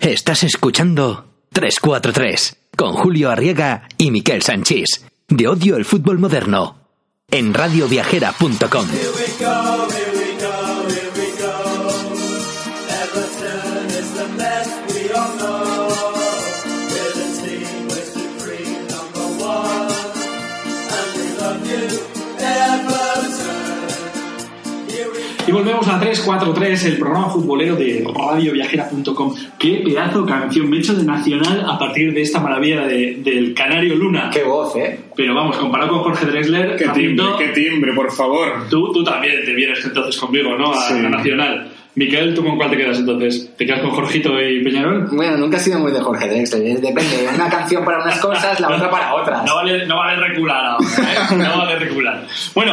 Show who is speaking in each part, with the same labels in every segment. Speaker 1: Estás escuchando 343 con Julio Arriega y Miquel Sanchís de Odio el Fútbol Moderno en radioviajera.com.
Speaker 2: Y volvemos a 343, el programa futbolero de radioviajera.com. Qué pedazo de canción me he hecho de nacional a partir de esta maravilla de- del Canario Luna.
Speaker 3: Qué voz, ¿eh?
Speaker 2: Pero vamos, comparado con Jorge Drexler,
Speaker 4: Qué timbre,
Speaker 2: Jacinto,
Speaker 4: qué timbre, por favor.
Speaker 2: tú, tú también te vienes entonces conmigo, ¿no? A
Speaker 3: Sí.
Speaker 2: la nacional. Miquel, ¿tú con cuál te quedas entonces? ¿Te quedas con Jorgito y Peñarol?
Speaker 3: Bueno, nunca he sido muy de Jorge Drexler. ¿eh? Depende, una canción para unas cosas, la otra para otras.
Speaker 2: No vale, no vale recular ahora, ¿eh? No vale recular. Bueno,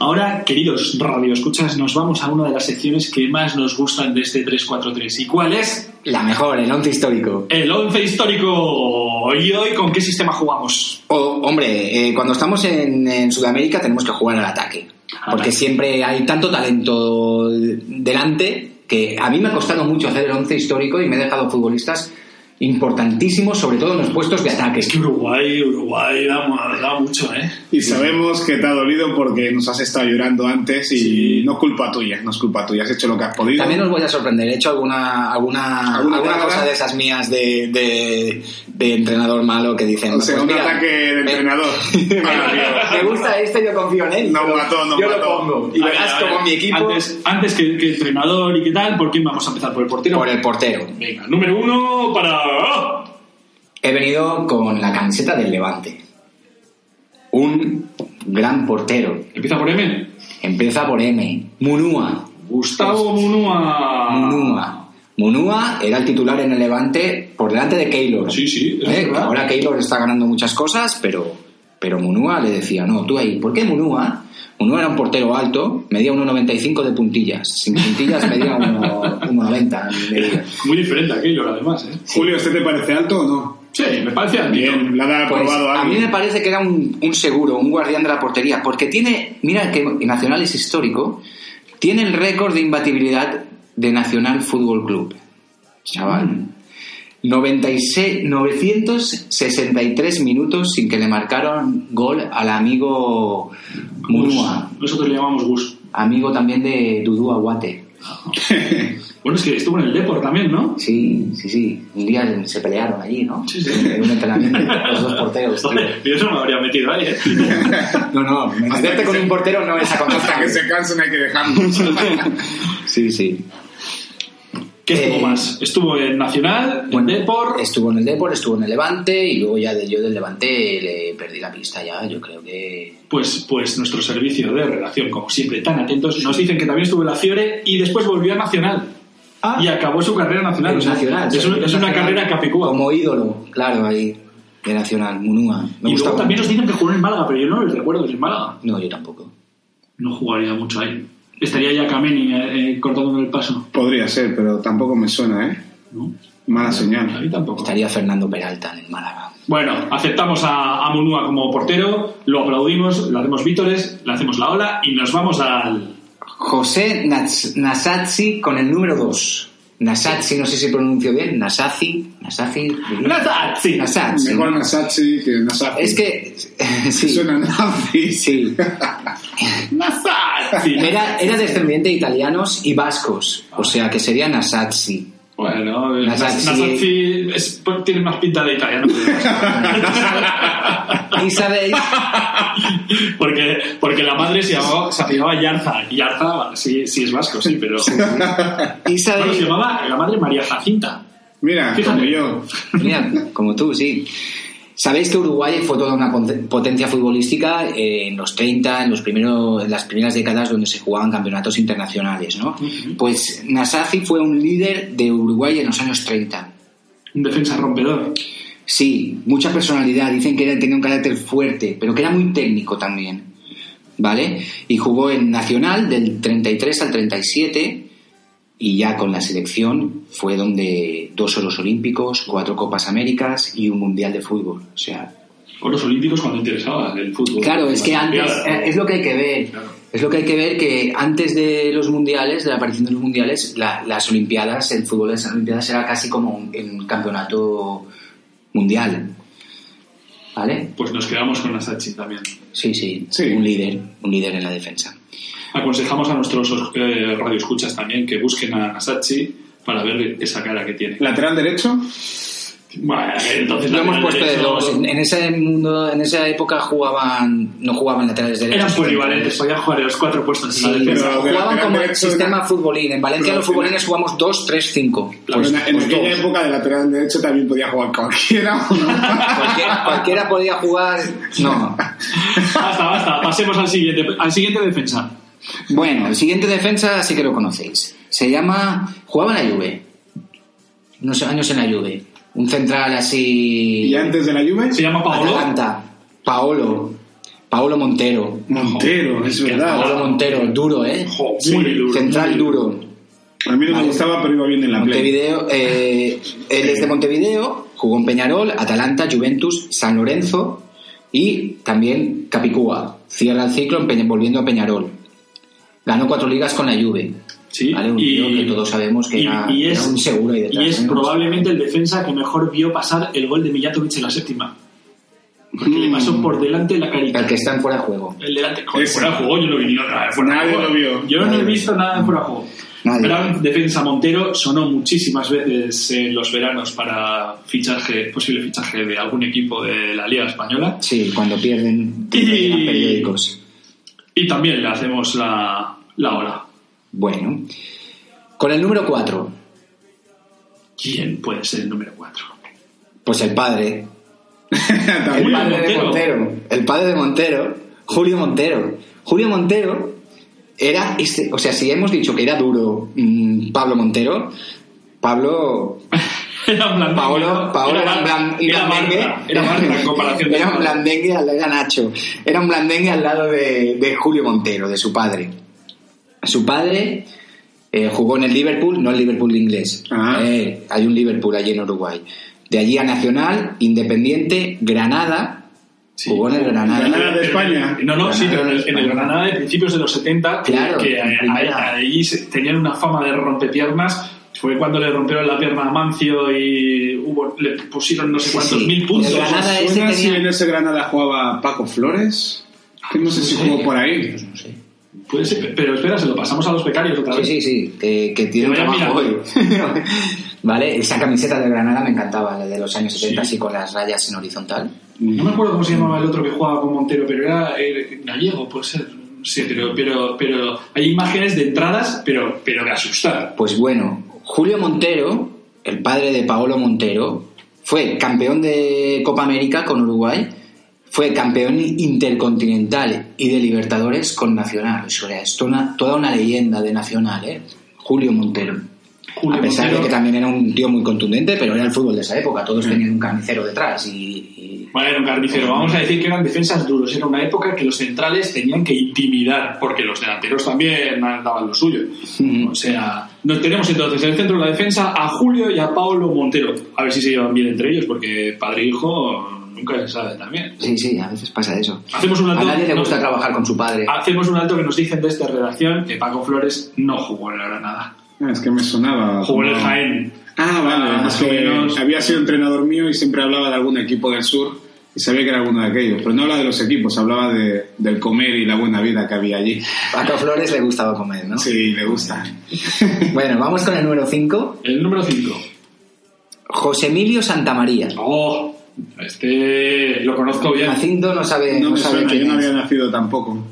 Speaker 2: ahora, queridos radioescuchas, nos vamos a una de las secciones que más nos gustan de este 343. ¿Y cuál es?
Speaker 3: La mejor, el once histórico.
Speaker 2: El 11 histórico. ¿Y hoy con qué sistema jugamos?
Speaker 3: O, hombre, eh, cuando estamos en, en Sudamérica tenemos que jugar al ataque. Porque siempre hay tanto talento delante que a mí me ha costado mucho hacer el once histórico y me he dejado futbolistas importantísimos, sobre todo en los puestos de ataque.
Speaker 2: Es que Uruguay, Uruguay da, mu- da mucho, ¿eh?
Speaker 4: Y sabemos que te ha dolido porque nos has estado llorando antes y
Speaker 2: Sí.
Speaker 4: no es culpa tuya, no es culpa tuya, has hecho lo que has podido.
Speaker 3: También os voy a sorprender, he hecho alguna alguna,
Speaker 4: ¿Alguna
Speaker 3: alguna,
Speaker 4: cagada?
Speaker 3: cosa de esas mías de, de, de entrenador malo que dicen...
Speaker 4: o sea,
Speaker 3: pues
Speaker 4: un
Speaker 3: mira,
Speaker 4: ataque de
Speaker 3: me-
Speaker 4: entrenador. Ah, Madre mía.
Speaker 3: Me gusta este, yo confío en él.
Speaker 4: Nos
Speaker 3: Yo lo-
Speaker 4: mató, nos
Speaker 3: yo
Speaker 4: mató.
Speaker 3: lo pongo. Y
Speaker 2: A ver,
Speaker 3: verás
Speaker 2: a ver,
Speaker 3: como mi equipo
Speaker 2: Antes, antes que, que entrenador y qué tal, ¿por quién vamos a empezar? ¿Por el portero?
Speaker 3: por el portero.
Speaker 2: Venga, número uno para... ¡Ah!
Speaker 3: He venido con la camiseta del Levante. Un gran portero.
Speaker 2: Empieza por M.
Speaker 3: Empieza por M. Munúa.
Speaker 2: Gustavo Munua.
Speaker 3: Munúa. Munúa era el titular en el Levante por delante de Keylor.
Speaker 2: Sí, sí, es
Speaker 3: Eh,
Speaker 2: verdad.
Speaker 3: Ahora Keylor está ganando muchas cosas, pero, pero Munúa le decía, no, tú ahí, ¿por qué Munúa? Munúa era un portero alto, medía 1,95 de puntillas. Sin puntillas medía 1,90. 1,90 de media.
Speaker 2: Muy diferente a aquello, además, ¿eh?
Speaker 4: Julio, ¿este te parece alto o no?
Speaker 2: Sí, me parece a mí.
Speaker 4: Bien, la ha
Speaker 3: Pues,
Speaker 4: aprobado
Speaker 3: a mí
Speaker 4: alguien.
Speaker 3: me parece que era un, un seguro, un guardián de la portería, porque tiene, mira que Nacional es histórico, tiene el récord de imbatibilidad de Nacional Fútbol Club.
Speaker 4: Mm.
Speaker 3: Chaval. 96, 963 minutos sin que le marcaron gol al amigo Munua,
Speaker 2: Nosotros le llamamos Gus.
Speaker 3: amigo también de Dudu Aguate.
Speaker 2: Bueno, es que estuvo en el Depor también, ¿no?
Speaker 3: Sí, sí, sí. Un día se pelearon allí, ¿no?
Speaker 2: Sí, sí.
Speaker 3: En un entrenamiento, los dos porteros. tío.
Speaker 2: Hombre, Yo no me habría metido ahí, ¿eh?
Speaker 3: No, no, meterte con un portero no es
Speaker 4: Hasta que
Speaker 3: aconsejable.
Speaker 4: se cansen hay que dejarnos.
Speaker 3: Sí, sí.
Speaker 2: ¿Qué estuvo
Speaker 3: Eh,
Speaker 2: más? Estuvo en Nacional, en Depor.
Speaker 3: Estuvo en el Depor, estuvo en el Levante y luego ya de, yo del Levante le perdí la pista ya, yo creo que...
Speaker 2: Pues, pues nuestro servicio de relación, como siempre, tan atentos, nos dicen que también estuvo en la Fiore y después volvió a Nacional.
Speaker 3: Ah.
Speaker 2: Y acabó su carrera nacional.
Speaker 3: En
Speaker 2: O sea,
Speaker 3: Nacional,
Speaker 2: es,
Speaker 3: sí,
Speaker 2: un-
Speaker 3: en
Speaker 2: es una
Speaker 3: Nacional.
Speaker 2: carrera capicúa.
Speaker 3: Como ídolo, claro, ahí, de Nacional, Munúa. Me
Speaker 2: y luego
Speaker 3: gustaba.
Speaker 2: también nos dicen que jugó en Málaga, pero yo no les recuerdo que en Málaga.
Speaker 3: No, yo tampoco.
Speaker 2: No jugaría mucho ahí. Estaría ya Kameni eh, eh, cortándome el paso.
Speaker 4: Podría ser, pero tampoco me suena, ¿eh?
Speaker 2: ¿no?
Speaker 4: Mala
Speaker 2: A
Speaker 4: señal.
Speaker 2: mí tampoco.
Speaker 3: Estaría Fernando Peralta en el Málaga.
Speaker 2: Bueno, aceptamos a, a Munua como portero, lo aplaudimos, le hacemos vítores, le hacemos la ola y nos vamos al.
Speaker 3: José Nats- Nasazzi con el número 2. Nasazzi, no sé si pronuncio bien. Nasazzi, Nasazzi.
Speaker 2: ¡Nazazzi!
Speaker 3: Nasazzi.
Speaker 4: Mejor Nasachi que Nasachi.
Speaker 3: Es que... sí.
Speaker 4: Suena nazi.
Speaker 3: Sí.
Speaker 2: ¡Nazazzi!
Speaker 3: Era, era descendiente de italianos y vascos, o sea que sería Nasazzi.
Speaker 2: Bueno, eh,
Speaker 3: Nasazzi.
Speaker 2: Nasazzi es- pues, tiene más pinta de italiano. que de vasco.
Speaker 3: Y sabéis,
Speaker 2: porque, porque la madre se llamaba, se llamaba Yarza. Y Yarza sí, sí es vasco, sí, pero.
Speaker 3: y
Speaker 2: Bueno, se
Speaker 3: sabéis.
Speaker 2: llamaba la madre María Jacinta.
Speaker 4: Mira,
Speaker 2: Fíjate.
Speaker 4: como yo.
Speaker 3: Mira, como tú, sí. Sabéis que Uruguay fue toda una ponte- potencia futbolística eh, en los 30, en, los primero, en las primeras décadas donde se jugaban campeonatos internacionales, ¿no? Pues Nasazzi fue un líder de Uruguay en los años 30.
Speaker 2: Un defensa rompedor.
Speaker 3: Sí, mucha personalidad. Dicen que era- tenía un carácter fuerte, pero que era muy técnico también. ¿Vale? Y jugó en Nacional del 33 al 37 y ya con la selección fue donde dos oros olímpicos, cuatro copas américas y un mundial de fútbol. O sea,
Speaker 2: Oros olímpicos cuando interesaba el fútbol.
Speaker 3: Claro, es que
Speaker 2: Las
Speaker 3: antes,
Speaker 2: Olimpiadas,
Speaker 3: eh, es lo que hay que ver.
Speaker 2: Claro.
Speaker 3: Es lo que hay que ver que antes de los mundiales, de la aparición de los mundiales, la- las Olimpiadas, el fútbol de las Olimpiadas era casi como un, un campeonato mundial. ¿Vale?
Speaker 2: Pues nos quedamos con Asachi también.
Speaker 3: Sí, sí,
Speaker 4: Sí.
Speaker 3: Un líder, un líder en la defensa.
Speaker 2: Aconsejamos a nuestros eh, radioescuchas también que busquen a Asachi para ver esa cara que tiene.
Speaker 4: Lateral derecho,
Speaker 2: Bueno, entonces
Speaker 3: Lo hemos
Speaker 2: lateral
Speaker 3: puesto de
Speaker 2: derecho-
Speaker 3: dos. En, en ese mundo, en esa época jugaban, no jugaban laterales derechos.
Speaker 2: Eran polivalentes, podían jugar en los cuatro puestos en la defensa.
Speaker 4: pero de
Speaker 3: jugaban
Speaker 4: lateral
Speaker 3: como el
Speaker 4: derecho
Speaker 3: sistema
Speaker 4: era-
Speaker 3: futbolín. En Valencia
Speaker 4: Pero
Speaker 3: los
Speaker 4: en-
Speaker 3: futbolines jugamos 2-3-5.
Speaker 4: en, en
Speaker 3: pues
Speaker 4: aquella
Speaker 3: dos.
Speaker 4: época de lateral derecho también podía jugar cualquiera. ¿no?
Speaker 3: Cualquiera, cualquiera podía jugar. No.
Speaker 2: Basta, basta, pasemos al siguiente, al siguiente defensa.
Speaker 3: Bueno, el siguiente defensa sí que lo conocéis. Se llama. Jugaba en la Juve. Unos años en la Juve. Un central así.
Speaker 4: y antes de la Juve,
Speaker 2: Se llama Paolo.
Speaker 3: Atalanta. Paolo. Paolo Montero.
Speaker 4: Montero, es
Speaker 3: Paolo
Speaker 4: verdad.
Speaker 3: Montero, duro, ¿eh?
Speaker 2: Jo, muy duro.
Speaker 3: Central Ah. duro.
Speaker 4: A mí no me
Speaker 3: Vale.
Speaker 4: gustaba, pero iba bien en la play.
Speaker 3: Montevideo. eh, él es de Montevideo. Jugó en Peñarol, Atalanta, Juventus, San Lorenzo y también Capicúa. Cierra el ciclo en Peña- volviendo a Peñarol. Ganó cuatro ligas con la Juve.
Speaker 2: Sí,
Speaker 3: ¿vale? Un tío que todos sabemos que
Speaker 2: y-
Speaker 3: era,
Speaker 2: y es,
Speaker 3: era un seguro ahí detrás,
Speaker 2: y es
Speaker 3: ¿eh?
Speaker 2: probablemente el defensa que mejor vio pasar el gol de Mijatovic en la séptima. Porque
Speaker 3: Mm.
Speaker 2: le pasó por delante la carita.
Speaker 3: Porque están fuera de juego.
Speaker 2: El delante, joder,
Speaker 4: Ese.
Speaker 2: fuera de juego, yo no vi nada. de Fuera de
Speaker 4: Nadie
Speaker 2: juego.
Speaker 4: lo vio.
Speaker 2: Yo no
Speaker 3: Nadie.
Speaker 2: he visto nada de fuera de juego.
Speaker 3: Nadie.
Speaker 2: Gran defensa Montero sonó muchísimas veces en los veranos para fichaje, posible fichaje de algún equipo de la Liga Española.
Speaker 3: Sí, cuando pierden
Speaker 2: Y-
Speaker 3: llegan periódicos.
Speaker 2: Y también le hacemos la, la ola.
Speaker 3: Bueno. Con el número 4,
Speaker 2: ¿Quién puede ser el número 4?
Speaker 3: pues el padre. El
Speaker 4: También.
Speaker 2: Julio
Speaker 3: padre de
Speaker 2: Montero.
Speaker 3: Montero. El padre de Montero, Julio Montero. Julio Montero era este, o sea, si hemos dicho que era duro mm, Pablo Montero, Pablo
Speaker 2: Era un blandengue,
Speaker 3: Paolo,
Speaker 2: ¿no?
Speaker 3: Paolo era, un
Speaker 2: Mar-
Speaker 3: blan-
Speaker 2: era
Speaker 3: blandengue.
Speaker 2: Marta, era Marta en comparación de
Speaker 3: Era un blandengue al era Nacho. Era un blandengue al lado de, de Julio Montero, de su padre. Su padre eh, jugó en el Liverpool, no el Liverpool inglés.
Speaker 4: Ah.
Speaker 3: Eh, hay un Liverpool allí en Uruguay. De allí a Nacional, Independiente, Granada.
Speaker 2: Sí.
Speaker 3: Jugó en el Granada.
Speaker 4: Granada de España.
Speaker 2: Eh, No, no, sí, pero en el, en el
Speaker 3: España.
Speaker 2: Granada de principios de los 70, que-
Speaker 3: Claro,
Speaker 2: que
Speaker 3: en
Speaker 2: a-
Speaker 3: primera.
Speaker 2: a- ahí se- tenían una fama de rompepiernas. Fue cuando le rompieron la pierna a Mancio y hubo, le pusieron no sé
Speaker 3: Sí,
Speaker 2: cuántos
Speaker 3: sí.
Speaker 2: mil puntos.
Speaker 3: El Granada ese
Speaker 4: Suena si
Speaker 3: tenía-
Speaker 4: en ese Granada jugaba Paco Flores, que no sé si jugó por ahí.
Speaker 3: Pues no sé.
Speaker 2: Puede ser, pero espera, se lo pasamos a los becarios otra
Speaker 3: Sí,
Speaker 2: vez.
Speaker 3: sí, sí, que, que tiene un
Speaker 2: Que vaya
Speaker 3: trabajo hoy. vale, esa camiseta de Granada me encantaba, la de los años 70,
Speaker 2: Sí.
Speaker 3: así con las rayas en horizontal.
Speaker 2: No me acuerdo cómo se llamaba el otro que jugaba con Montero, pero era eh, gallego, puede ser. Sí, pero, pero, pero hay imágenes de entradas, pero, pero que asustan.
Speaker 3: Pues bueno, Julio Montero, el padre de Paolo Montero, fue campeón de Copa América con Uruguay, fue campeón intercontinental y de Libertadores con Nacional. O sea, es toda una, toda una leyenda de Nacional, ¿eh? Julio Montero.
Speaker 2: Julio
Speaker 3: a pesar
Speaker 2: Montero- Mm.
Speaker 3: de que también era un tío muy contundente, pero era el fútbol de esa época, todos tenían un carnicero detrás y... y-
Speaker 2: Bueno, era un carnicero. Vamos a decir que eran defensas duros. Era una época que los centrales tenían que intimidar, porque los delanteros también daban lo suyo. O sea, nos tenemos entonces en el centro de la defensa a Julio y a Paulo Montero. A ver si se llevan bien entre ellos, porque padre e hijo nunca se sabe también.
Speaker 3: Sí, sí, a veces pasa eso.
Speaker 2: Hacemos un
Speaker 3: A
Speaker 2: alto,
Speaker 3: nadie
Speaker 2: no-
Speaker 3: le
Speaker 2: Ah.
Speaker 3: gusta trabajar con su padre.
Speaker 2: hacemos un alto que nos dicen desde redacción que Paco Flores no jugó en la Granada.
Speaker 4: Ah, es que me sonaba.
Speaker 2: Jugó en el
Speaker 4: como-
Speaker 2: Jaén.
Speaker 4: Ah, vale.
Speaker 2: Ah,
Speaker 4: es que
Speaker 2: menos.
Speaker 4: había sido entrenador mío y siempre hablaba de algún equipo del sur y sabía que era alguno de aquellos. Pero no hablaba de los equipos, hablaba de, del comer y la buena vida que había allí.
Speaker 3: Paco Flores le gustaba comer, ¿no?
Speaker 4: Sí, le gusta.
Speaker 3: Bueno, vamos con el número 5.
Speaker 2: El número 5.
Speaker 3: José Emilio Santamaría.
Speaker 2: Oh, este lo conozco bien.
Speaker 3: Jacinto no sabe,
Speaker 4: No
Speaker 3: no
Speaker 4: me
Speaker 3: sabe
Speaker 4: suena, yo
Speaker 3: quién
Speaker 4: no había
Speaker 3: es.
Speaker 4: nacido tampoco.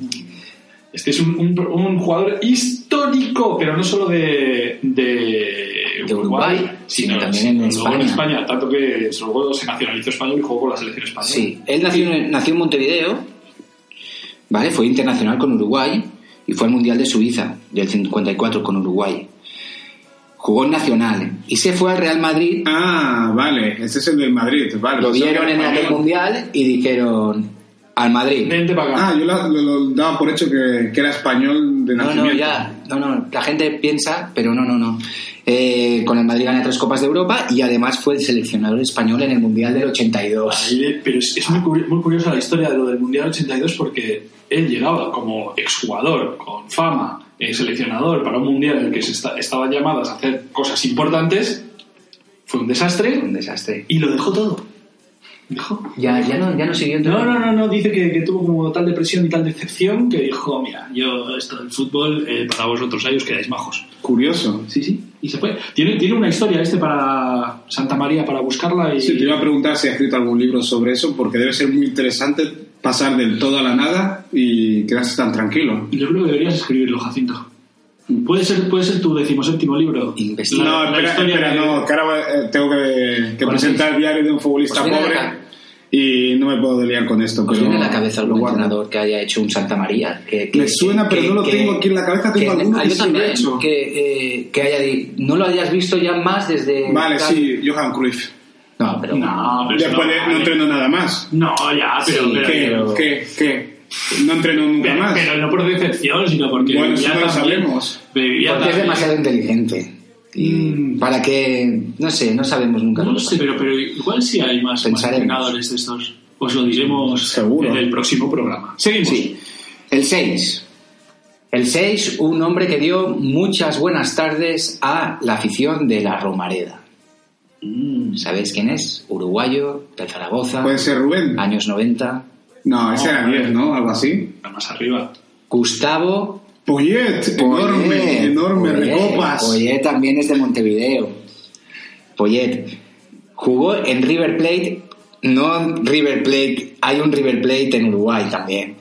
Speaker 2: Este es un, un- un jugador histórico, pero no solo de, de,
Speaker 3: De Uruguay, sino también en
Speaker 2: luego en
Speaker 3: España.
Speaker 2: España, tanto que luego se nacionalizó español y jugó con la selección española.
Speaker 3: Sí, él nació, en- nació en Montevideo, ¿vale? Fue internacional con Uruguay y fue al Mundial de Suiza del 54 con Uruguay. Jugó en Nacional y se fue al Real Madrid.
Speaker 4: Ah, vale. Ese es el del Madrid. Vale.
Speaker 3: Lo
Speaker 4: Pensaba que
Speaker 3: vieron
Speaker 4: era
Speaker 3: en aquel
Speaker 4: español.
Speaker 3: Mundial y dijeron al Madrid.
Speaker 2: Vente para acá.
Speaker 4: Ah, yo la- lo, lo daba por hecho que, que era español de
Speaker 3: No,
Speaker 4: nacimiento.
Speaker 3: no, ya, no, no, la gente piensa, pero no, no, no. eh, con el Madrid gana tres Copas de Europa y además fue el seleccionador español en el Mundial del 82.
Speaker 2: Ahí, Pero es, es muy, curi- muy curiosa la historia de lo del Mundial 82 porque él llegaba como exjugador, con fama, eh, seleccionador para un Mundial en el que se esta- estaban llamadas a hacer cosas importantes. Fue un desastre
Speaker 3: Un desastre.
Speaker 2: y lo dejó todo. Dejó.
Speaker 3: Ya, ya, no, ya no siguió.
Speaker 2: No, no, no, no, dice que, que tuvo como tal depresión y tal decepción que dijo, mira, yo esto del fútbol, eh, para vosotros ahí os quedáis majos.
Speaker 4: Curioso.
Speaker 2: Sí, sí, y se fue. Tiene, tiene una historia este para Santa María para buscarla y...
Speaker 4: Sí, te iba a preguntar si has escrito algún libro sobre eso, porque debe ser muy interesante pasar del todo a la nada y quedarse tan tranquilo.
Speaker 2: Yo creo que deberías escribirlo, Jacinto. Puede ser, puede ser tu decimoséptimo libro.
Speaker 3: Investiga.
Speaker 2: La-
Speaker 4: no,
Speaker 2: la
Speaker 4: espera,
Speaker 2: historia
Speaker 4: espera,
Speaker 2: de-
Speaker 4: no, que ahora eh, tengo que, que
Speaker 3: Bueno,
Speaker 4: presentar el diario de un futbolista
Speaker 3: Os viene
Speaker 4: pobre
Speaker 3: la ca-
Speaker 4: y no me puedo deliar con esto.
Speaker 3: ¿Os
Speaker 4: pero
Speaker 3: viene a la cabeza
Speaker 4: lo
Speaker 3: algún
Speaker 4: guardo.
Speaker 3: entrenador que haya hecho un Santa María? Que, que-
Speaker 4: Me suena, pero no lo tengo aquí en la cabeza, tengo alguno
Speaker 3: ah,
Speaker 4: que
Speaker 3: yo
Speaker 4: sí lo he
Speaker 3: también,
Speaker 4: hecho.
Speaker 3: Que, eh, que haya, di- no lo hayas visto ya más desde...
Speaker 4: Vale,
Speaker 3: tal-
Speaker 4: sí, Johan Cruyff.
Speaker 3: No, pero...
Speaker 2: No, pero
Speaker 4: Después
Speaker 2: no,
Speaker 4: de- no
Speaker 2: vale.
Speaker 4: entreno nada más.
Speaker 2: No, ya, pero,
Speaker 3: Sí,
Speaker 2: pero,
Speaker 4: ¿Qué?
Speaker 3: pero-
Speaker 4: ¿Qué? ¿Qué? No entreno nunca
Speaker 2: pero-
Speaker 4: más.
Speaker 2: pero no por decepción, sino porque.
Speaker 4: Bueno,
Speaker 2: ya
Speaker 4: eso no lo
Speaker 2: también-
Speaker 4: sabemos.
Speaker 2: bebía
Speaker 3: Porque es
Speaker 2: también-
Speaker 3: demasiado inteligente. Y
Speaker 2: Mm.
Speaker 3: para que... No sé, no sabemos nunca. lo
Speaker 2: No
Speaker 3: que
Speaker 2: sé, pero, pero igual sí hay más más
Speaker 3: Pensaremos.
Speaker 2: entrenadores de estos. Os lo diremos
Speaker 4: Seguro.
Speaker 2: en el próximo programa. Seguimos.
Speaker 3: Sí. El 6. El 6, un hombre que dio muchas buenas tardes a la afición de la Romareda. ¿Sabéis quién es? Uruguayo, del Zaragoza,
Speaker 4: Mm. Puede ser Rubén.
Speaker 3: años 90.
Speaker 4: No, ese era
Speaker 2: No,
Speaker 4: 10, ¿no? Algo así.
Speaker 2: Más arriba.
Speaker 3: Gustavo
Speaker 4: Poyet, Pues enorme,
Speaker 3: Poyet,
Speaker 4: enorme,
Speaker 3: Poyet,
Speaker 4: recopas.
Speaker 3: Poyet también es de Montevideo. Poyet jugó en River Plate, no en River Plate, hay un River Plate en Uruguay también,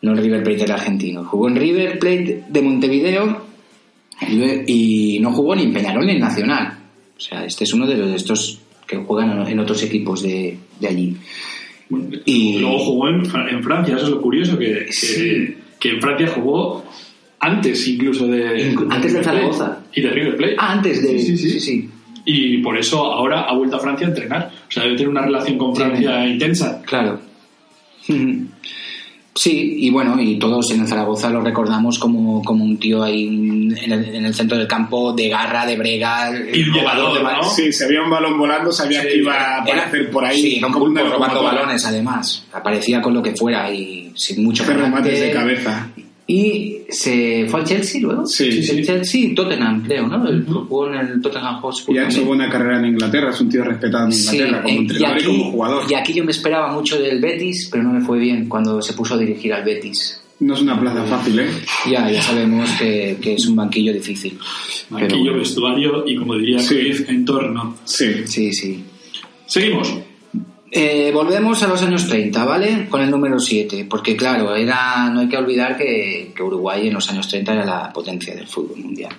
Speaker 3: no el River Plate del argentino. Jugó en River Plate de Montevideo y no jugó ni en Peñarol ni en Nacional. O sea, este es uno de los de estos que juegan en otros equipos de, de allí.
Speaker 2: Bueno,
Speaker 3: Y-
Speaker 2: Luego jugó en, Fra- en Francia, eso es lo curioso, que, que-
Speaker 3: Sí.
Speaker 2: que en Francia jugó antes incluso de.
Speaker 3: Inclu- antes
Speaker 2: River
Speaker 3: del
Speaker 2: Plate
Speaker 3: Zaragoza.
Speaker 2: Y de River Plate.
Speaker 3: Ah, antes de...
Speaker 2: Sí, sí, sí.
Speaker 3: sí, sí.
Speaker 2: Y por eso ahora ha vuelto a Francia a entrenar. O sea, debe tener una relación con Francia intensa.
Speaker 3: Claro. Sí, y bueno, y todos en Zaragoza lo recordamos como, como un tío ahí en el, en el centro del campo de garra, de brega,
Speaker 2: Y un llevador,
Speaker 3: robador de bal-
Speaker 2: ¿no?
Speaker 4: Sí, si había un balón volando, sabía
Speaker 2: Sí,
Speaker 4: que iba a aparecer por ahí.
Speaker 3: Sí, era un
Speaker 4: como
Speaker 3: pulpo
Speaker 4: una
Speaker 3: robando
Speaker 4: locomotora.
Speaker 3: balones además. Aparecía con lo que fuera y sin mucho
Speaker 4: Hacer remates de
Speaker 3: carácter.
Speaker 4: cabeza.
Speaker 3: Y se fue al Chelsea luego.
Speaker 4: Sí.
Speaker 3: el Chelsea y Tottenham, creo, ¿no? El- Jugó en el Tottenham Hotspur.
Speaker 4: Y ha hecho
Speaker 3: también.
Speaker 4: buena carrera en Inglaterra, es un tío respetado en
Speaker 3: Sí,
Speaker 4: Inglaterra como
Speaker 3: eh, y,
Speaker 4: entrenador y,
Speaker 3: aquí,
Speaker 4: como jugador.
Speaker 3: y aquí yo me esperaba mucho del Betis, pero no me fue bien cuando se puso a dirigir al Betis.
Speaker 4: No es una plaza fácil, ¿eh?
Speaker 3: Ya, ya sabemos que, que es un banquillo difícil. Pero
Speaker 2: Banquillo,
Speaker 3: bueno,
Speaker 2: vestuario y, como diría
Speaker 4: Sí.
Speaker 2: Cruyff, entorno.
Speaker 4: Sí.
Speaker 3: sí, sí.
Speaker 2: Seguimos.
Speaker 3: Eh, volvemos a los años 30, ¿vale? Con el número 7, porque claro, era, no hay que olvidar que, que Uruguay en los años 30 era la potencia del fútbol mundial.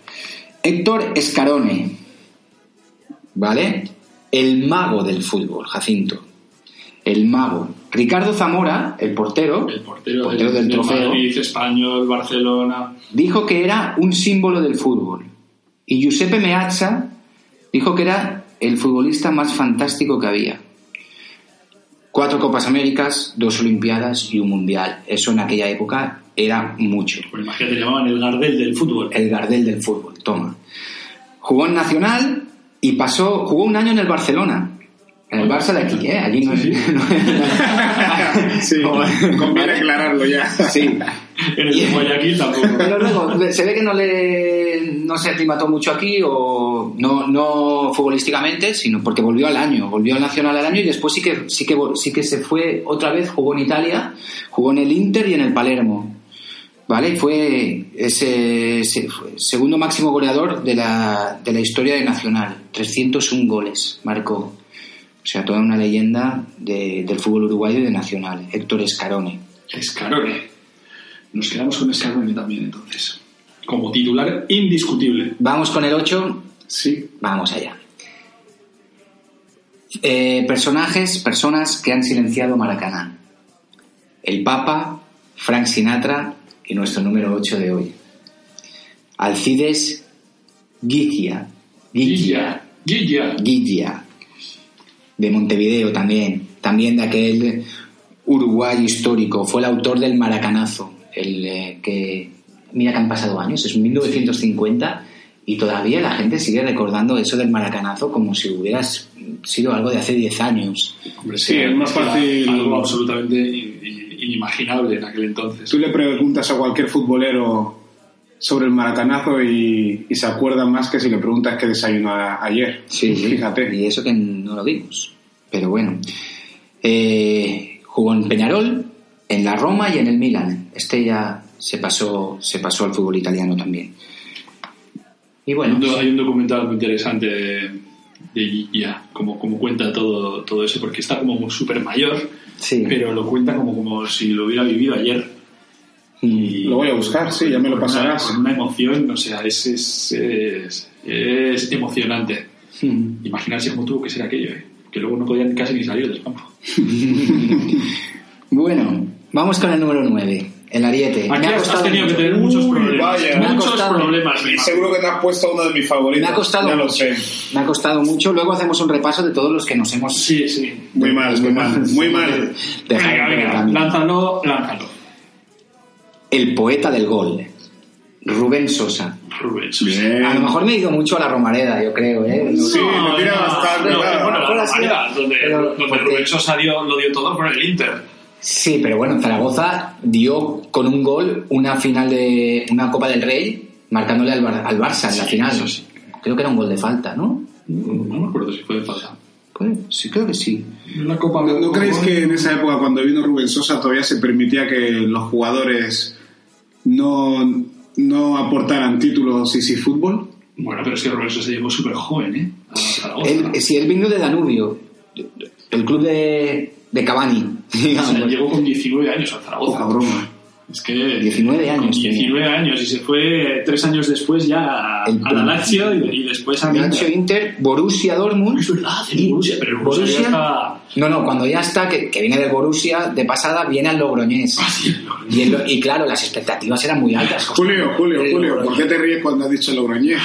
Speaker 3: Héctor Escarone, ¿vale? El mago del fútbol, Jacinto. El mago. Ricardo Zamora, el portero,
Speaker 2: El portero,
Speaker 3: portero
Speaker 2: del,
Speaker 3: del
Speaker 2: del
Speaker 3: trofeo.
Speaker 2: Madrid, Español, Barcelona.
Speaker 3: dijo que era un símbolo del fútbol. Y Giuseppe Meazza dijo que era el futbolista más fantástico que había. Cuatro Copas Américas, dos Olimpiadas y un Mundial. Eso en aquella época era mucho.
Speaker 2: Pues imagínate, le llamaban el Gardel del fútbol.
Speaker 3: El Gardel del fútbol, toma. Jugó en Nacional y pasó, jugó un año en el Barcelona. En el Barça de aquí, ¿eh? Allí no es...
Speaker 2: Sí, sí.
Speaker 4: Sí, conviene aclararlo ya.
Speaker 3: sí.
Speaker 2: En el de Guayaquil tampoco.
Speaker 3: Pero luego se ve que no le no se aclimató mucho aquí o no, no futbolísticamente, sino porque volvió al año, volvió al Nacional al año y después sí que sí que vol- sí que se fue otra vez, jugó en Italia, jugó en el Inter y en el Palermo. ¿Vale? Fue ese, ese- fue segundo máximo goleador de la, de la historia de Nacional. 301 goles marcó. O sea, toda una leyenda de- del fútbol uruguayo y de Nacional. Héctor Escarone.
Speaker 2: Escarone. Nos quedamos con Escarone también, entonces. Como titular indiscutible.
Speaker 3: Vamos con el 8,
Speaker 2: Sí.
Speaker 3: Vamos allá. Eh, personajes, personas que han silenciado Maracaná. El Papa, Frank Sinatra y nuestro número 8 de hoy. Alcides Gigia. Gigia.
Speaker 2: Gilla. Gilla.
Speaker 3: Guilla, de Montevideo también, también de aquel Uruguay histórico, fue el autor del Maracanazo, el eh, que, mira que han pasado años, es 1950 Y todavía la gente sigue recordando eso del maracanazo como si hubiera sido algo de hace 10 años.
Speaker 2: Hombre,
Speaker 4: Sí,
Speaker 2: era-
Speaker 4: es más
Speaker 2: era
Speaker 4: fácil-
Speaker 2: Algo absolutamente in- in- inimaginable en aquel entonces.
Speaker 4: Tú le preguntas a cualquier futbolero sobre el maracanazo y, y se acuerda más que si le preguntas qué desayunó a- ayer. Fíjate.
Speaker 3: Y eso que no lo vimos. Pero bueno. Eh, jugó en Peñarol, en la Roma y en el Milan. Este ya se pasó, se pasó al fútbol italiano también. Y bueno,
Speaker 2: Hay un- Hay un documental muy interesante de, de Gia, como, como cuenta todo, todo eso, porque está como súper mayor,
Speaker 3: sí.
Speaker 2: pero lo cuenta como, como si lo hubiera vivido ayer.
Speaker 3: Mm.
Speaker 2: Y
Speaker 4: Lo voy a buscar, sí, ya me lo
Speaker 2: con una-
Speaker 4: pasarás.
Speaker 2: Con una emoción, o sea, es, es, es, es emocionante.
Speaker 4: Hmm.
Speaker 3: Mm.
Speaker 2: Imaginarse cómo tuvo que ser aquello, ¿eh? que luego no podían casi ni salir del campo.
Speaker 3: Bueno, vamos con el número 9, el ariete.
Speaker 2: Aquí
Speaker 3: Me ha
Speaker 2: has- has
Speaker 3: costado
Speaker 2: tenido
Speaker 3: mucho.
Speaker 2: que tener muchos
Speaker 4: Uy,
Speaker 2: problemas.
Speaker 4: vaya. Me
Speaker 3: ha
Speaker 2: Muchos
Speaker 3: costado.
Speaker 2: problemas. me
Speaker 4: Y seguro que te has puesto uno de mis favoritos.
Speaker 3: Me ha costado
Speaker 4: Ya lo
Speaker 3: mucho.
Speaker 4: sé.
Speaker 3: Me ha costado mucho. Luego hacemos un repaso de todos los que nos hemos
Speaker 2: Sí, sí.
Speaker 4: Muy mal, muy mal, muy mal.
Speaker 3: dejado
Speaker 2: Venga,
Speaker 3: por el
Speaker 2: venga,
Speaker 3: camino.
Speaker 2: lánzalo, lánzalo.
Speaker 3: El poeta del gol, Rubén Sosa.
Speaker 2: Rubén.
Speaker 4: Bien.
Speaker 3: A lo mejor me he ido mucho a la Romareda, yo creo, ¿eh? No-
Speaker 4: Sí, me tira bastante,
Speaker 2: No,
Speaker 4: claro.
Speaker 2: bueno, la
Speaker 3: Ahora sí,
Speaker 2: Romareda, donde,
Speaker 3: pero-
Speaker 2: donde
Speaker 3: porque-
Speaker 2: Rubén Sosa dio- lo dio todo por el Inter.
Speaker 3: Sí, pero bueno, Zaragoza dio con un gol una final de una Copa del Rey, marcándole al, Bar- al Barça en la
Speaker 2: Sí,
Speaker 3: final.
Speaker 2: eso sí.
Speaker 3: Creo que era un gol de falta, ¿no?
Speaker 2: No me acuerdo si fue de falta.
Speaker 3: Pues, sí, creo que sí.
Speaker 2: La Copa
Speaker 4: ¿No, no creéis que en esa época, cuando vino Rubén Sosa, todavía se permitía que los jugadores no, no aportaran títulos y sí fútbol?
Speaker 2: Bueno, pero es que Rubén Sosa llegó súper joven, ¿eh? A Zaragoza.
Speaker 3: Él, si él vino de Danubio, el club de, de Cavani,
Speaker 2: O sea,
Speaker 3: digamos.
Speaker 2: llegó con 19 años a
Speaker 4: Oh,
Speaker 2: Zaragoza.
Speaker 4: cabrón.
Speaker 2: Es que
Speaker 3: 19 años
Speaker 2: con
Speaker 3: tenía.
Speaker 2: 19 años y se fue eh, tres años después ya a,
Speaker 3: El
Speaker 2: a la Lazio y, y después a Milan.
Speaker 3: Lazio, Inter, Borussia Dortmund.
Speaker 2: Es verdad, el
Speaker 3: y-
Speaker 2: Borussia, pero el Borussia ya está-
Speaker 3: No, no, cuando ya está, que, que viene del Borussia, de pasada viene al Logroñés.
Speaker 2: Ah,
Speaker 3: Y, el Lo- y claro, las expectativas eran muy altas.
Speaker 4: Julio, Julio,
Speaker 3: El
Speaker 4: Julio, ¿por
Speaker 3: Logroñés.
Speaker 4: qué te ríes cuando has dicho Logroñés?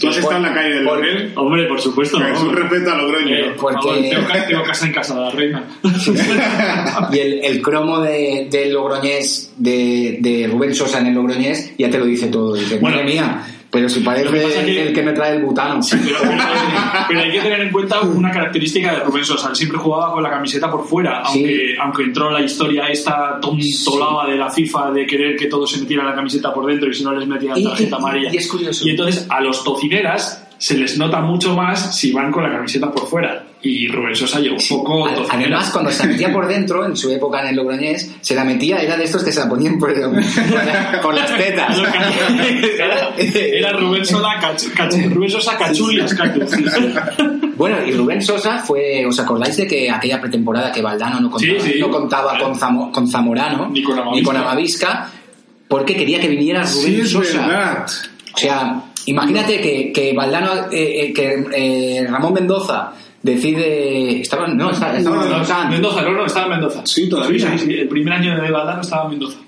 Speaker 4: Tú has estado en la calle del
Speaker 3: Por-
Speaker 4: Laurel.
Speaker 2: Hombre, por supuesto.
Speaker 4: que Es un respeto a
Speaker 2: Eh,
Speaker 4: Logroño.
Speaker 2: por favor,
Speaker 3: Porque-
Speaker 2: tengo, ca- tengo casa en casa de la reina.
Speaker 3: Y el, el cromo de, del Logroñés, de, de Rubén Sosa en el Logroñés, ya te lo dice todo. Dice,
Speaker 2: Bueno.
Speaker 3: madre mía, pero si
Speaker 2: Lo que pasa
Speaker 3: parece
Speaker 2: es que-
Speaker 3: el que me trae el butano.
Speaker 2: Pero, pero- pero hay que tener en cuenta una característica de Rubén Sosa. Él siempre jugaba con la camiseta por fuera,
Speaker 3: Sí.
Speaker 2: aunque, aunque entró la historia esta tontolaba de la FIFA de querer que todos se metieran la camiseta por dentro y si no les metían
Speaker 3: Y-
Speaker 2: tarjeta
Speaker 3: y-
Speaker 2: amarilla.
Speaker 3: y es curioso.
Speaker 2: Y entonces a los tocineras se les nota mucho más si van con la camiseta por fuera. Y Rubén Sosa llegó un poco
Speaker 3: Ad-
Speaker 2: tocinera.
Speaker 3: Además, cuando se la metía por dentro, en su época en el Logroñés, se la metía, era de estos que se la ponían por, por la- por las tetas.
Speaker 2: Era, era Rubén, Sola, cach- cach- Rubén Sosa Cachurrias, Cachus.
Speaker 3: Bueno, y Rubén Sosa fue, ¿os acordáis de que aquella pretemporada que Valdano no contaba,
Speaker 2: Sí, sí.
Speaker 3: no contaba con, Zamo- con Zamorano
Speaker 2: Ni con Amavisca.
Speaker 3: Amavisca, Porque quería que viniera Rubén
Speaker 4: Sí, es
Speaker 3: Sosa.
Speaker 4: verdad.
Speaker 3: O sea, imagínate que, que Valdano, eh, eh, que eh, Ramón Mendoza decide. Estaba, no, estaba, estaba
Speaker 4: No, no, no,
Speaker 3: en San-
Speaker 2: Mendoza, no, no, estaba en Mendoza.
Speaker 4: Sí, todavía.
Speaker 2: Sí, sí, sí, El primer año de Valdano estaba en Mendoza.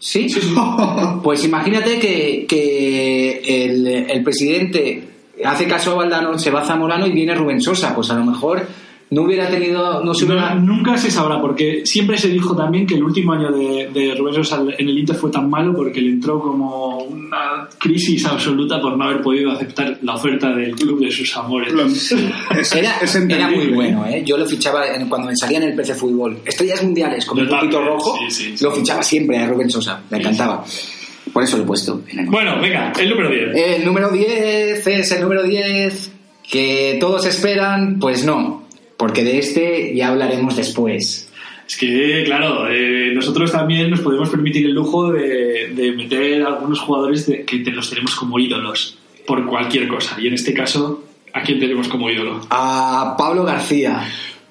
Speaker 3: ¿Sí? Pues imagínate que, que el, el presidente hace caso a Valdano, se va a Zamorano y viene Rubén Sosa. Pues a lo mejor no hubiera tenido. No se hubiera-
Speaker 2: No, nunca se sabrá, porque siempre se dijo también que el último año de, de Rubén Sosa en el Inter fue tan malo porque le entró como una crisis absoluta por no haber podido aceptar la oferta del club de sus amores.
Speaker 4: Lo- es-
Speaker 3: Era,
Speaker 4: es
Speaker 3: era muy
Speaker 4: entendible.
Speaker 3: bueno, ¿eh? Yo lo fichaba en- cuando me salía en el PC Fútbol. Estrellas mundiales con
Speaker 2: Yo
Speaker 3: un poquito
Speaker 2: también,
Speaker 3: rojo.
Speaker 2: sí, sí, sí.
Speaker 3: Lo fichaba siempre a Rubén Sosa. Me encantaba. Por eso lo he puesto. en el-
Speaker 2: Bueno, venga, el número 10.
Speaker 3: El número 10 es el número 10 que todos esperan. Pues no. Porque de este ya hablaremos después.
Speaker 2: Es que, claro, eh, nosotros también nos podemos permitir el lujo de, de meter a algunos jugadores de- que te los tenemos como ídolos por cualquier cosa. Y en este caso, ¿a quién tenemos como ídolo?
Speaker 3: A Pablo García.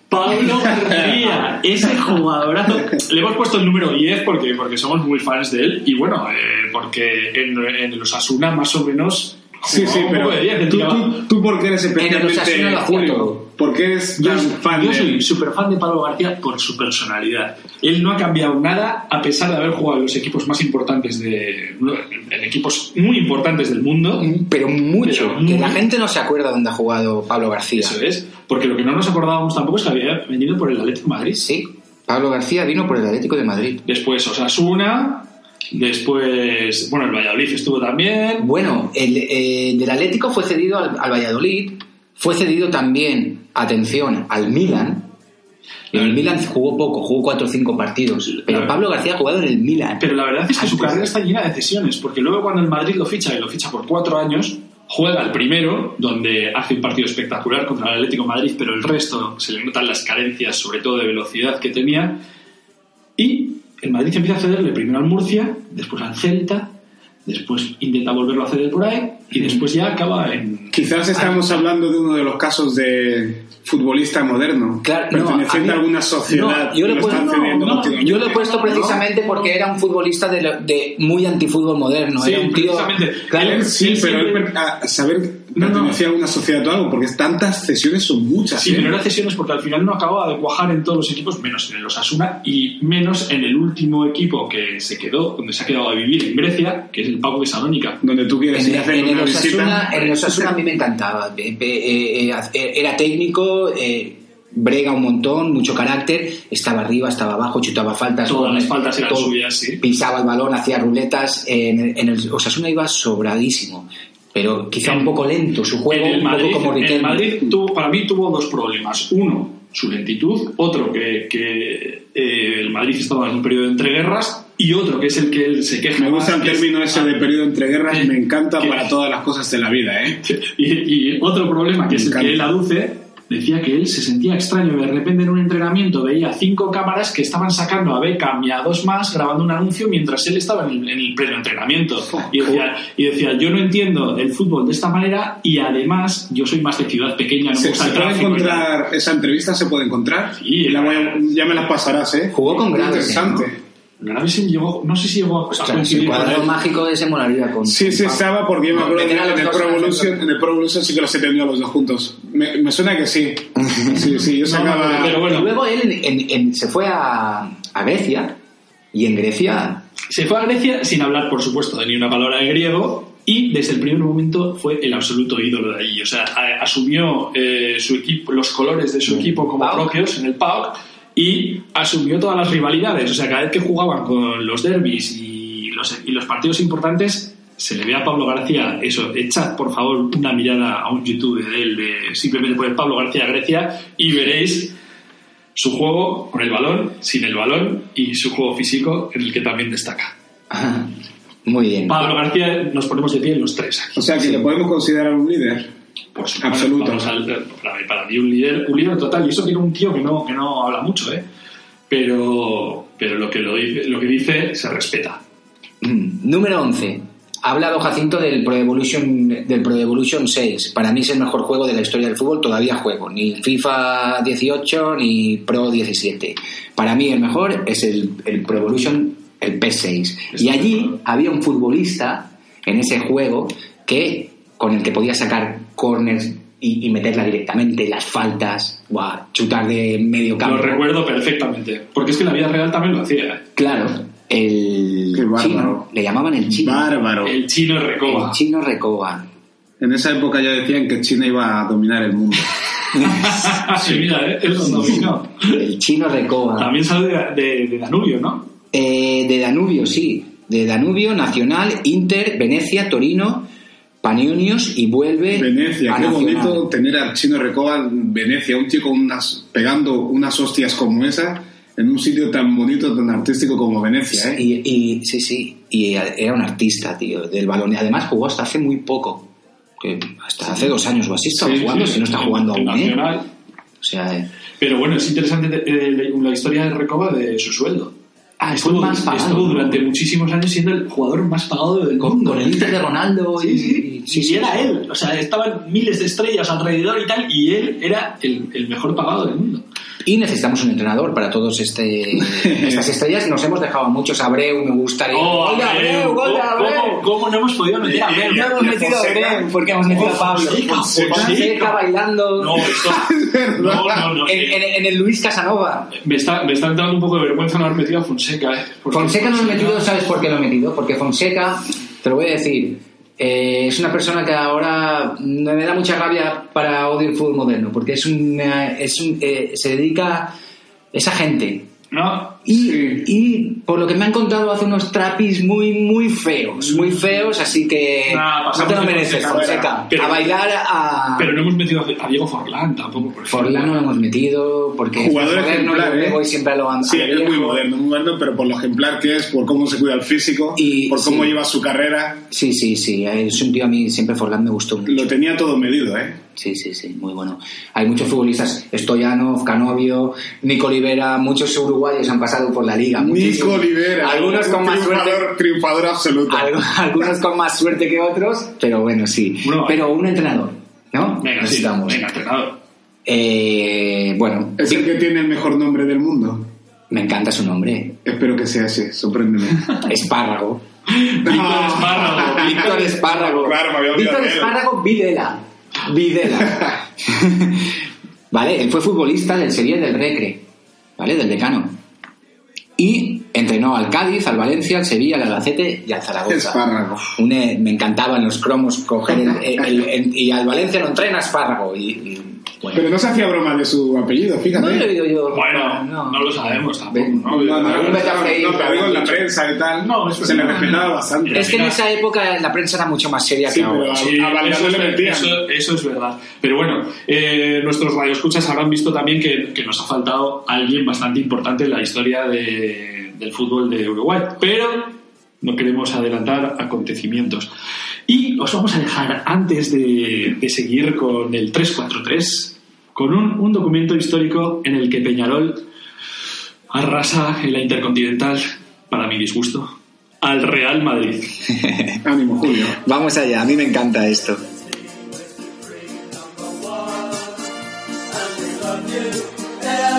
Speaker 2: Pablo García, ese jugadorazo. Le hemos puesto el número 10 porque, porque somos muy fans de él y bueno, eh, porque en, en los Asuna más o menos...
Speaker 4: Sí, sí,
Speaker 2: jugaba un
Speaker 4: pero
Speaker 2: poco de 10, le
Speaker 4: tú,
Speaker 2: tiraba-
Speaker 4: tú, tú por qué eres
Speaker 3: Osasuna
Speaker 4: especialmente
Speaker 3: lo hacía todo.
Speaker 4: Julio, ¿por qué eres
Speaker 2: Yo,
Speaker 4: tan fan
Speaker 2: yo
Speaker 4: de
Speaker 2: soy
Speaker 4: él?
Speaker 2: súper fan de Pablo García por su personalidad. Él no ha cambiado nada a pesar de haber jugado en los equipos más importantes de... en equipos muy importantes del mundo.
Speaker 3: Mm, Pero mucho.
Speaker 2: Pero
Speaker 3: que la
Speaker 2: muy-
Speaker 3: gente no se acuerda dónde ha jugado Pablo García.
Speaker 2: Eso es. Porque lo que no nos acordábamos tampoco es que había venido por el Atlético de Madrid.
Speaker 3: Sí. Pablo García vino por el Atlético de Madrid.
Speaker 2: Después Osasuna, Después, bueno, el Valladolid estuvo también.
Speaker 3: Bueno, el, eh, del Atlético fue cedido al, al Valladolid, fue cedido también, atención, al Milan. En el Milan jugó poco, jugó 4 o 5 partidos. Pero
Speaker 2: Claro.
Speaker 3: Pablo García ha jugado en el Milan.
Speaker 2: Pero la verdad es que su carrera está llena de cesiones, porque luego cuando el Madrid lo ficha, y lo ficha por cuatro años, juega el primero, donde hace un partido espectacular contra el Atlético de Madrid, pero el resto se le notan las carencias, sobre todo de velocidad que tenía. Y el Madrid empieza a cederle primero al Murcia, después al Celta, después intenta volverlo a ceder por ahí, y después ya acaba en...
Speaker 3: Ah.
Speaker 4: Quizás estamos hablando de uno de los casos de futbolista moderno,
Speaker 3: Claro, no,
Speaker 4: perteneciente
Speaker 3: a
Speaker 4: a,
Speaker 3: mí-
Speaker 4: alguna sociedad.
Speaker 3: No, yo, lo
Speaker 4: que
Speaker 3: he
Speaker 4: lo
Speaker 3: puesto,
Speaker 4: están cediendo
Speaker 3: no,
Speaker 4: últimamente,
Speaker 3: yo lo he puesto
Speaker 4: ¿no?
Speaker 3: precisamente porque era un futbolista de, lo- de muy antifútbol moderno.
Speaker 2: Sí,
Speaker 3: era un tío,
Speaker 2: precisamente.
Speaker 3: claro,
Speaker 2: Él-
Speaker 4: Sí,
Speaker 2: Sí,
Speaker 4: pero
Speaker 2: sí,
Speaker 4: él
Speaker 2: pero-
Speaker 4: per- a saber
Speaker 2: No, no.
Speaker 4: pertenecía a una sociedad o algo, porque tantas cesiones son muchas.
Speaker 2: Sí,
Speaker 4: ¿eh?
Speaker 2: pero eran cesiones porque al final no acababa de cuajar en todos los equipos, menos en el Osasuna y menos en el último equipo que se quedó, donde se ha quedado a vivir en Grecia, que es el Pau de Salónica.
Speaker 4: Donde tú quieres
Speaker 3: En,
Speaker 4: ir a hacer
Speaker 3: en el
Speaker 4: una
Speaker 3: Osasuna,
Speaker 4: visita.
Speaker 3: en el Osasuna a mí me encantaba. Eh, eh, eh, eh, Era técnico, eh, brega un montón, mucho carácter. Estaba arriba, estaba abajo, chutaba faltas.
Speaker 2: Todas las
Speaker 3: eh,
Speaker 2: faltas eran
Speaker 3: todo.
Speaker 2: suyas, sí.
Speaker 3: Pisaba el balón, hacía ruletas. En, el- en el Osasuna iba sobradísimo, pero quizá
Speaker 2: En-
Speaker 3: un poco lento su juego,
Speaker 2: en el
Speaker 3: un
Speaker 2: Madrid,
Speaker 3: poco como
Speaker 2: en el
Speaker 3: Riquelme.
Speaker 2: Madrid tuvo- para mí tuvo dos problemas. Uno, su lentitud, otro que, que, eh, el Madrid estaba en un periodo de entreguerras y otro que es el que él se queja.
Speaker 4: Me gusta el
Speaker 2: más, Ah, que es-
Speaker 4: término ese de periodo entre guerras,
Speaker 2: Sí.
Speaker 4: me encanta
Speaker 2: Que-
Speaker 4: para todas las cosas de la vida, ¿eh?
Speaker 2: Y, y otro problema que es el
Speaker 4: encanta.
Speaker 2: que él aduce, decía que él se sentía extraño. De repente en un entrenamiento veía cinco cámaras que estaban sacando a Beckham y a dos más grabando un anuncio mientras él estaba en el, en el pleno entrenamiento.
Speaker 4: Oh,
Speaker 2: Y decía, y decía, yo no entiendo el fútbol de esta manera y además yo soy más de ciudad pequeña, no me
Speaker 4: Se,
Speaker 2: gusta
Speaker 4: se
Speaker 2: el
Speaker 4: puede
Speaker 2: tráfico y tal".
Speaker 4: encontrar, esa entrevista se puede encontrar.
Speaker 2: Sí, eh.
Speaker 4: La voy a- ya me las pasarás, ¿eh?
Speaker 3: Jugó con Gravesen,
Speaker 4: Interesante.
Speaker 2: Gravesen llegó, no sé si llegó a, a
Speaker 3: Ostras, el
Speaker 2: coincidir con
Speaker 3: cuadrado
Speaker 2: él.
Speaker 3: mágico de ese molaría con.
Speaker 4: Sí, sí,
Speaker 3: con-
Speaker 4: estaba porque yo me
Speaker 3: No,
Speaker 4: acuerdo
Speaker 3: meter a los
Speaker 4: en, el
Speaker 3: dos
Speaker 4: Pro
Speaker 3: en el
Speaker 4: Evolution, en el Pro Evolution sí que los he tenido a los dos juntos. Me, me suena que sí. Sí, sí, yo
Speaker 2: No, no,
Speaker 4: sacaba...
Speaker 2: pero
Speaker 3: Y
Speaker 2: bueno,
Speaker 3: luego él en- en- en- se fue a, a Grecia y en Grecia
Speaker 2: se fue a Grecia sin hablar, por supuesto, de ni una palabra de griego y desde el primer momento fue el absoluto ídolo de allí. O sea, a- asumió eh, su equipo, los colores de su equipo como
Speaker 3: PAOK.
Speaker 2: propios en el PAOK y asumió todas las rivalidades. O sea, cada vez que jugaban con los derbis y los, y los partidos importantes, se le ve a Pablo García, eso, echad por favor una mirada a un YouTube de él, de, simplemente por Pablo García Grecia y veréis su juego con el balón, sin el balón y su juego físico en el que también destaca.
Speaker 3: Muy bien.
Speaker 2: Pablo García nos ponemos de pie los tres aquí.
Speaker 4: O sea, que le podemos considerar un líder.
Speaker 2: Por supuesto,
Speaker 4: absoluto.
Speaker 2: vamos al- para, para mí un líder, un líder total, y eso tiene un tío que no, que no habla mucho, ¿eh? Pero, pero lo, que lo, dice, lo que dice se respeta.
Speaker 3: Mm, Número 11. Ha hablado Jacinto del Pro Evolution del Pro Evolution 6. Para mí es el mejor juego de la historia del fútbol, todavía juego, ni FIFA 18 ni Pro 17. Para mí el mejor es el, el Pro Evolution el P6. Y allí había un futbolista en ese juego que con el que podía sacar corners y, y meterla directamente, las faltas, buah, chutar de medio campo.
Speaker 2: Lo recuerdo perfectamente. Porque es que en la vida real también lo hacía. ¿eh?
Speaker 3: Claro, el
Speaker 4: Qué bárbaro.
Speaker 3: chino, le llamaban el chino.
Speaker 4: Bárbaro.
Speaker 2: El chino
Speaker 3: El
Speaker 2: Recoba.
Speaker 3: chino Recoba.
Speaker 4: En esa época ya decían que China iba a dominar el mundo.
Speaker 2: sí, mira, ¿eh? Él lo dominó.
Speaker 3: El chino Recoba.
Speaker 2: También sale de, de- de Danubio, ¿no?
Speaker 3: Eh, de Danubio, sí. De Danubio, Nacional, Inter, Venecia, Torino, Panionios y vuelve
Speaker 4: Venecia,
Speaker 3: a
Speaker 4: qué
Speaker 3: Nacional.
Speaker 4: bonito tener al chino Recoba en Venecia, un chico unas, pegando unas hostias como esa en un sitio tan bonito, tan artístico como Venecia. ¿eh?
Speaker 3: Y, y- sí, sí. Y era un artista, tío, del balón. Y además jugó hasta hace muy poco. Que hasta hace dos años o así estaba
Speaker 2: Sí,
Speaker 3: jugando,
Speaker 2: sí,
Speaker 3: si no está
Speaker 2: en-
Speaker 3: jugando
Speaker 2: en
Speaker 3: aún, ¿eh?
Speaker 2: Nacional.
Speaker 3: O sea, eh,
Speaker 2: Pero bueno, es interesante eh, la, la historia de Recoba de su sueldo.
Speaker 3: Ah, estuvo
Speaker 2: estuvo,
Speaker 3: más pagado.
Speaker 2: estuvo durante muchísimos años siendo el jugador más pagado del
Speaker 3: con,
Speaker 2: mundo.
Speaker 3: con el Inter de Ronaldo y-
Speaker 2: Sí, sí.
Speaker 3: y- sí,
Speaker 2: y
Speaker 3: sí,
Speaker 2: era
Speaker 3: sí.
Speaker 2: él. O sea, estaban miles de estrellas alrededor y tal, y él era el, el mejor pagado del mundo.
Speaker 3: Y necesitamos un entrenador para todos este, estas estrellas. Nos hemos dejado a muchos. Abreu me gustaría. ¡Gol de Abreu! ¡Gol
Speaker 2: Oh,
Speaker 3: de
Speaker 2: ¿Cómo-
Speaker 3: Abreu!
Speaker 2: ¿Cómo, cómo no hemos podido meter a Abreu?
Speaker 4: Y- y-
Speaker 3: No
Speaker 2: No,
Speaker 3: hemos
Speaker 4: y a
Speaker 3: metido a
Speaker 4: Fonseca.
Speaker 3: Abreu porque hemos metido a Pablo.
Speaker 2: Fonseca,
Speaker 3: Fonseca,
Speaker 2: Fonseca.
Speaker 3: bailando.
Speaker 2: no, esto- no, no, no,
Speaker 3: en,
Speaker 2: eh,
Speaker 3: en- en el Luis Casanova.
Speaker 2: Me está, me está dando un poco de vergüenza no haber metido a Fonseca. eh, porque
Speaker 3: Fonseca no lo he metido, ¿sabes por qué lo he metido? Porque Fonseca, te lo voy a decir, eh, es una persona que ahora me da mucha rabia para odio el fútbol eh, moderno, porque es un, es un eh, se dedica esa gente
Speaker 2: No,
Speaker 3: Y,
Speaker 4: Sí.
Speaker 3: y por lo que me han contado hace unos trapis muy, muy feos, muy feos, así que
Speaker 2: Nah,
Speaker 3: no te lo
Speaker 2: pasamos de
Speaker 3: mereces,
Speaker 2: Fonseca,
Speaker 3: Fonseca.
Speaker 2: fuera. Pero-
Speaker 3: a bailar a...
Speaker 2: Pero no hemos metido a- a Diego Forlán tampoco, por ejemplo.
Speaker 3: Forlán no lo hemos metido porque es
Speaker 4: Jugador
Speaker 3: moderno, yo
Speaker 4: ejemplar,
Speaker 3: me
Speaker 4: ¿eh?
Speaker 3: voy siempre a lo an-
Speaker 4: Sí,
Speaker 3: a lo
Speaker 4: es muy
Speaker 3: viejo.
Speaker 4: moderno, muy moderno, pero por lo ejemplar que es, por cómo se cuida el físico,
Speaker 3: Y-
Speaker 4: por cómo
Speaker 3: sí.
Speaker 4: lleva su carrera,
Speaker 3: Sí, sí, sí, es un tío a mí siempre Forlán me gustó mucho.
Speaker 4: lo tenía todo medido, ¿eh?
Speaker 3: Sí, sí, sí, muy bueno. Hay muchos futbolistas, Stoyanov, Canovio, Nico Olivera, muchos uruguayos han pasado por la liga.
Speaker 4: Nico
Speaker 3: muchísimos.
Speaker 4: Olivera,
Speaker 3: Algunos
Speaker 4: un
Speaker 3: con más suerte.
Speaker 4: triunfador, triunfador absoluto.
Speaker 2: Ah.
Speaker 3: Algo- algunos con más suerte que otros, pero bueno, sí.
Speaker 2: Bueno, eh.
Speaker 3: pero un entrenador, ¿no?
Speaker 2: Venga, sí,
Speaker 3: Necesitamos.
Speaker 2: venga, entrenador.
Speaker 3: Eh, bueno,
Speaker 4: Es el que tiene el mejor nombre del mundo.
Speaker 3: me encanta su nombre.
Speaker 4: Espero que sea ese, sorpréndeme.
Speaker 3: Espárrago.
Speaker 2: Víctor Espárrago.
Speaker 3: Víctor Espárrago.
Speaker 4: Claro, me había olvidado
Speaker 3: Víctor
Speaker 4: de él.
Speaker 3: Espárrago Videla. Videla. vale, él fue futbolista del Sevilla y del Recre, ¿vale? Del decano. Y entrenó al Cádiz, al Valencia, al Sevilla, al Albacete y al Zaragoza.
Speaker 4: Espárrago.
Speaker 3: Un, eh, me encantaban los cromos coger el, el- el- el- y al Valencia lo entrena Espárrago. Y, y, bueno.
Speaker 4: Pero no se hacía broma de su apellido,
Speaker 3: No lo he
Speaker 4: fíjate.
Speaker 3: oído yo.
Speaker 2: Bueno, no, lo sabemos tampoco. ¿no?
Speaker 4: No, no,
Speaker 3: Algún
Speaker 4: no,
Speaker 3: Betafreí,
Speaker 4: no, pero digo en la
Speaker 3: algún-
Speaker 4: prensa y tal.
Speaker 2: No, eso
Speaker 4: se le
Speaker 2: no,
Speaker 4: respetaba
Speaker 2: no.
Speaker 4: bastante.
Speaker 3: Es que en esa época la prensa era mucho más seria
Speaker 4: Sí,
Speaker 3: que ahora.
Speaker 4: pero
Speaker 2: Sí,
Speaker 4: a, a Valdano
Speaker 2: eso, es,
Speaker 4: le
Speaker 2: ver-
Speaker 4: metían.
Speaker 2: eso- eso es verdad. Pero bueno, eh, nuestros radioescuchas habrán visto también que, que nos ha faltado alguien bastante importante en la historia de- del fútbol de Uruguay. Pero no queremos adelantar acontecimientos. Y os vamos a dejar, antes de, de seguir con el 343, con un, un documento histórico en el que Peñarol arrasa en la Intercontinental, para mi disgusto, al Real Madrid.
Speaker 4: Ánimo, Julio.
Speaker 3: Vamos allá, a mí me encanta esto.
Speaker 5: Yeah.